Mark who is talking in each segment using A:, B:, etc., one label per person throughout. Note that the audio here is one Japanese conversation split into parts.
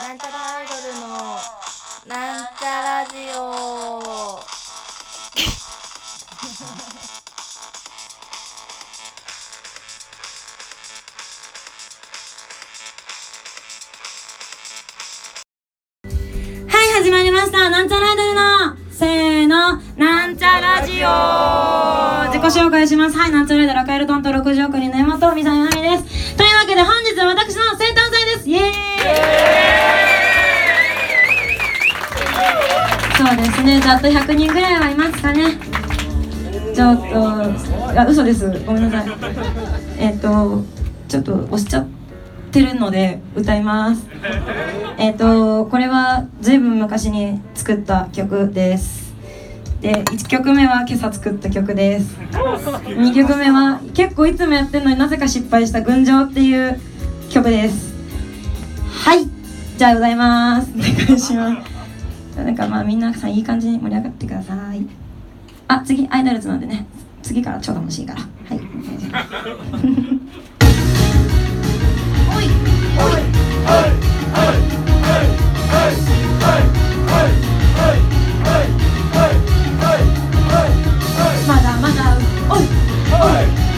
A: なんちゃらアイドルのなんちゃラジオ
B: はい、始まりました。なんちゃらアイドルの、せーの、なんちゃラジオ自己紹介します。はい、なんちゃらアイドル赤色トント60億人の山本美さんゆなみです。というわけで本日は私の生誕祭です。イエーイそうですね、ざっと100人ぐらいはいますかね。ちょっと、あ、嘘です。ごめんなさい。えっと、ちょっと押しちゃってるので、歌います。えっ、とこれはずいぶん昔に作った曲です。で1曲目は今朝作った曲です。2曲目は結構いつもやってるのになぜか失敗した「群青」っていう曲です。はいじゃあございます。お願いします。なんかまあみんなさんいい感じに盛り上がってください。あ次アイドルズなんでね次から超楽しいからはいお願いします。 まだまだおい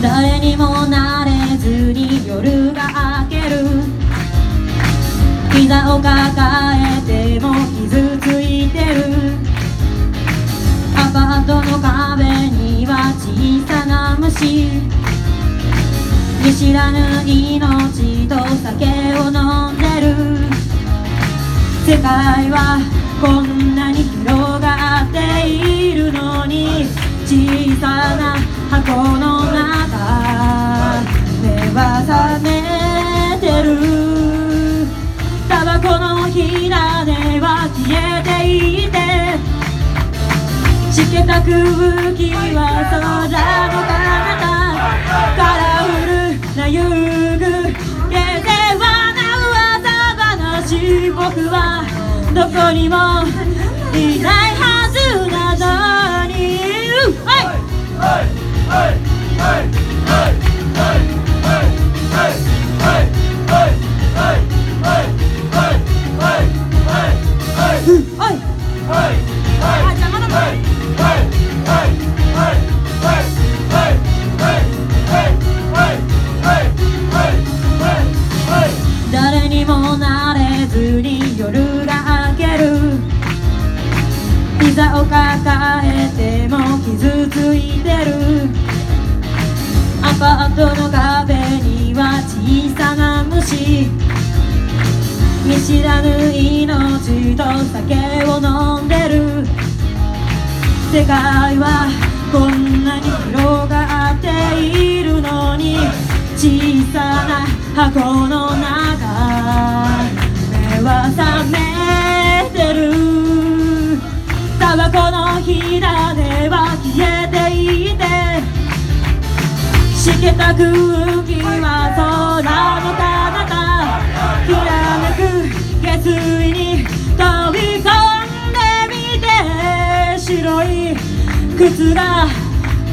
B: 誰にもなれずに夜が明ける膝を抱えても傷ついてるアパートの壁には小さな虫見知らぬ命と酒を飲んでる世界はこんなに広がっているのに小さな箱の中目は覚めてるタバコの火種は消えていてしけた空気は空の彼方カラフルな遊具下世話な噂話僕はどこにもいないはずなのにはいはいあ邪魔だな誰にもなれずに夜が明ける膝を抱えても傷ついてるアパートの壁には小さな虫見知らぬ命と酒を飲んでる世界はこんなに広がっているのに小さな箱の中目は覚めてるタバコの火種は消えていてしけた空気は空の彼方きらめく下水に飛び込んでみて白い靴が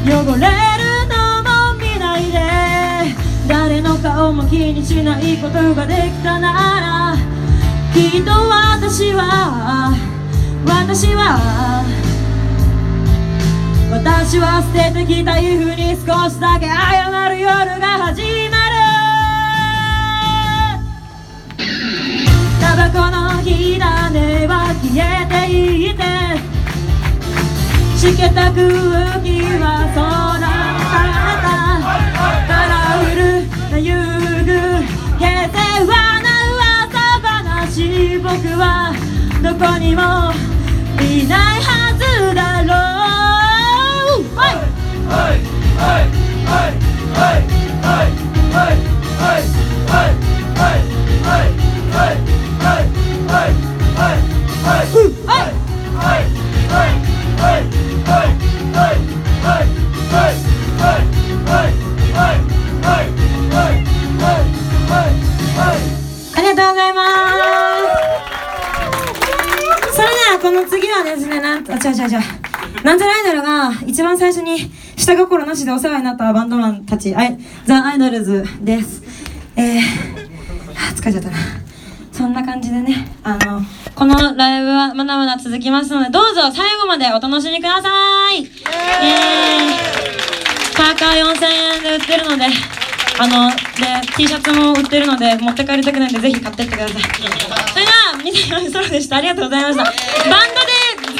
B: 汚れるのも見ないで誰の顔も気にしないことができたならきっと私は私は私は捨ててきた衣服に少しだけ謝る夜が始まるタバコの火種は消えていてしけた空気は空の体カラフルな遊具下世話な噂話僕はどこにもいないはずだろう、はいありがとうございます。それではこの次はですね、なんと、あ、違う違う違う。なんちゃらアイドルが一番最初に下心なしでお世話になったバンドマンたち、アイザ・アイドルズです。えー、あ疲れちゃったな。そんな感じでね、あの、このライブはまだまだ続きますので、どうぞ最後までお楽しみくださいイエーイパーカー4000円で売ってるので、あの、で、T シャツも売ってるので、持って帰りたくないんで、ぜひ買ってってください。それでは、みさよソロでした。ありがとうございました。バンドで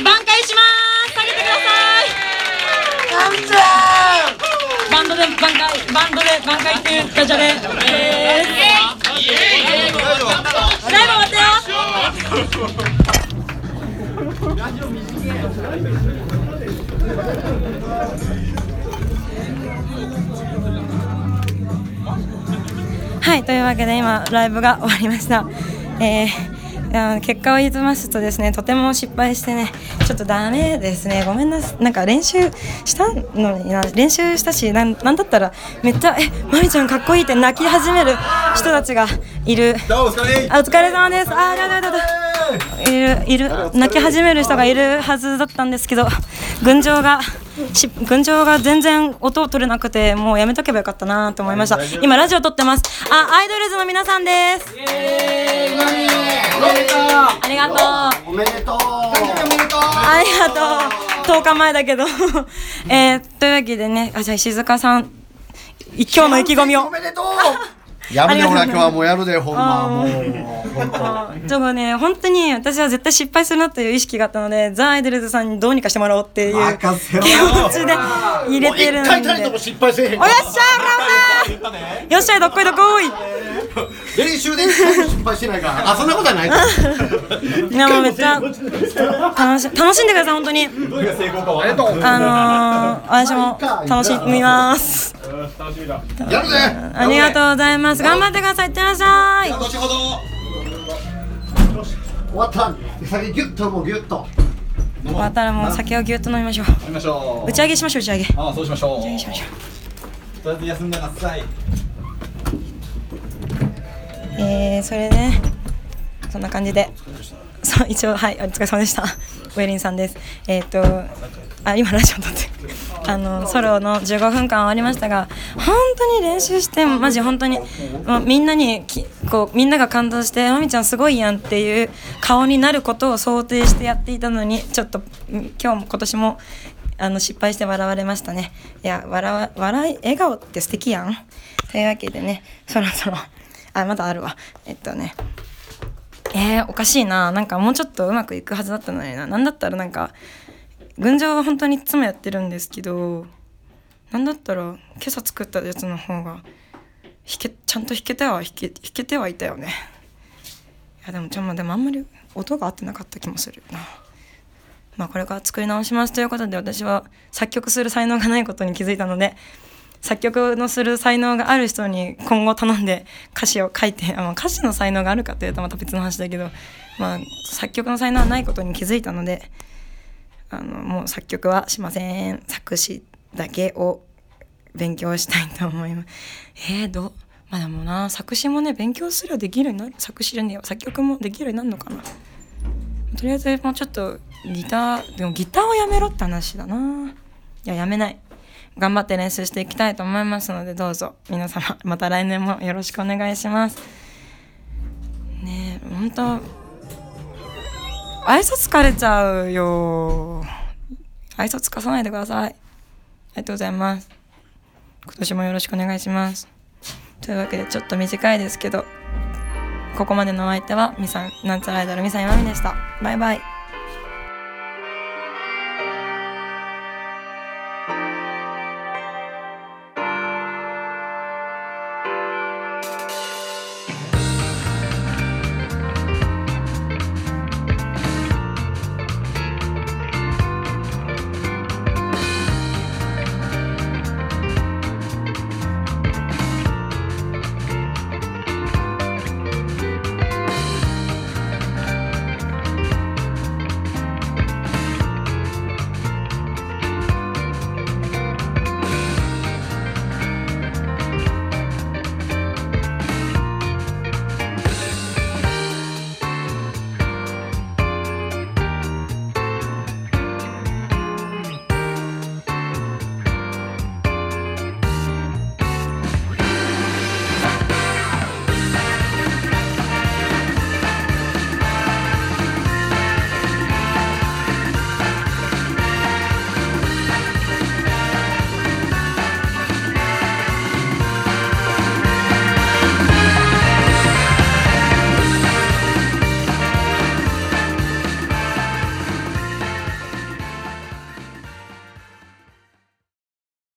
B: 挽回します下げてく
A: なんちゃ
B: だ
A: ん
B: さいバンドで挽回、バンドで挽回っていうダジャレです。ライブ終わったよはい、というわけで今ライブが終わりました。えーあの結果を言いますとですね、とても失敗してね、ちょっとダメですね。ごめんなさい。なんか練習したのにな、練習したし、なんなんだったらめっちゃえ、まみちゃんかっこいいって泣き始める人たちがいる。
C: どうもお疲れ
B: あ、お疲れ様です。あー、だだだだ。いるいる泣き始める人がいるはずだったんですけど群青がし群青が全然音を取れなくてもうやめとけばよかったなと思いました今ラジオ撮ってますあアイドルズの皆さんですありがとう
D: おめでとうおめでとう
B: ありがとう10日前だけど えー、というわけでねあじゃあ石塚さんい今日の意気込みを
D: おめでとうやめてほら今日はもうやるでほんまもうほんと
B: ちょっとね本当に私は絶対失敗するなという意識があったのでザ・アイドルズさんにどうにかしてもらおうっていう気持
D: 任せろ
B: ちで入れてるので
D: 一回たりとも失敗せえへん
B: およっしゃー頑張れよっしゃーどっこいどっこい
D: 練習で一回も失敗してないからあそんなことはない
B: みんなもうめっちゃ楽し楽しんでください本当に
C: どれが成功か分かんない
B: あのー、私も楽しみます
D: やるぜ
B: ありがとうございます頑張ってくださいいってらっしゃい
C: 後ほど
D: 終わった先ギュッともうギュッと
B: 終
C: 飲もう
B: わっ
C: 飲
B: たらもう酒をぎゅっと飲みましょう
C: みましょう
B: 打ち上げしましょう打ち上げ打
C: ああそうしましょう
B: ち上げしましょう
C: とりあえず休んだらさい
B: えー、それで、ね、そんな感じで、そう一応はいお疲れ様でした。ウェリンさんです。えっ、とあ今ラジオ撮って、あのソロの15分間終わりましたが、本当に練習してマジ本当にもうみんなにきこうみんなが感動してまみちゃんすごいやんっていう顔になることを想定してやっていたのにちょっとん今日も今年も。あの失敗して笑われましたね。いや、笑わ、笑い、笑顔って素敵やん。というわけでね、そろそろあまだあるわえっとねえー、おかしいななんかもうちょっとうまくいくはずだったのにななんだったらなんか群青は本当にいつもやってるんですけどなんだったら今朝作ったやつの方が弾けちゃんと弾けては弾け弾けてはいたよねいやでもちょまあでもあんまり音が合ってなかった気もするなまあこれから作り直しますということで私は作曲する才能がないことに気づいたので作曲のする才能がある人に今後頼んで歌詞を書いてあまあ歌詞の才能があるかというとまた別の話だけど、まあ、作曲の才能はないことに気づいたのであのもう作曲はしません作詞だけを勉強したいと思います。えー、どうまあでもな作詞もね勉強すればできるようになる作詞じゃねえよ作曲もできるようになるのかなとりあえずもうちょっとギターでもギターをやめろって話だないややめない頑張って練習していきたいと思いますのでどうぞ皆様また来年もよろしくお願いしますねえ本当愛想疲れちゃうよ愛想つかさないでくださいありがとうございます今年もよろしくお願いしますというわけでちょっと短いですけどここまでのお相手はみさんなんちゃらアイドルみさんまみでしたバイバイ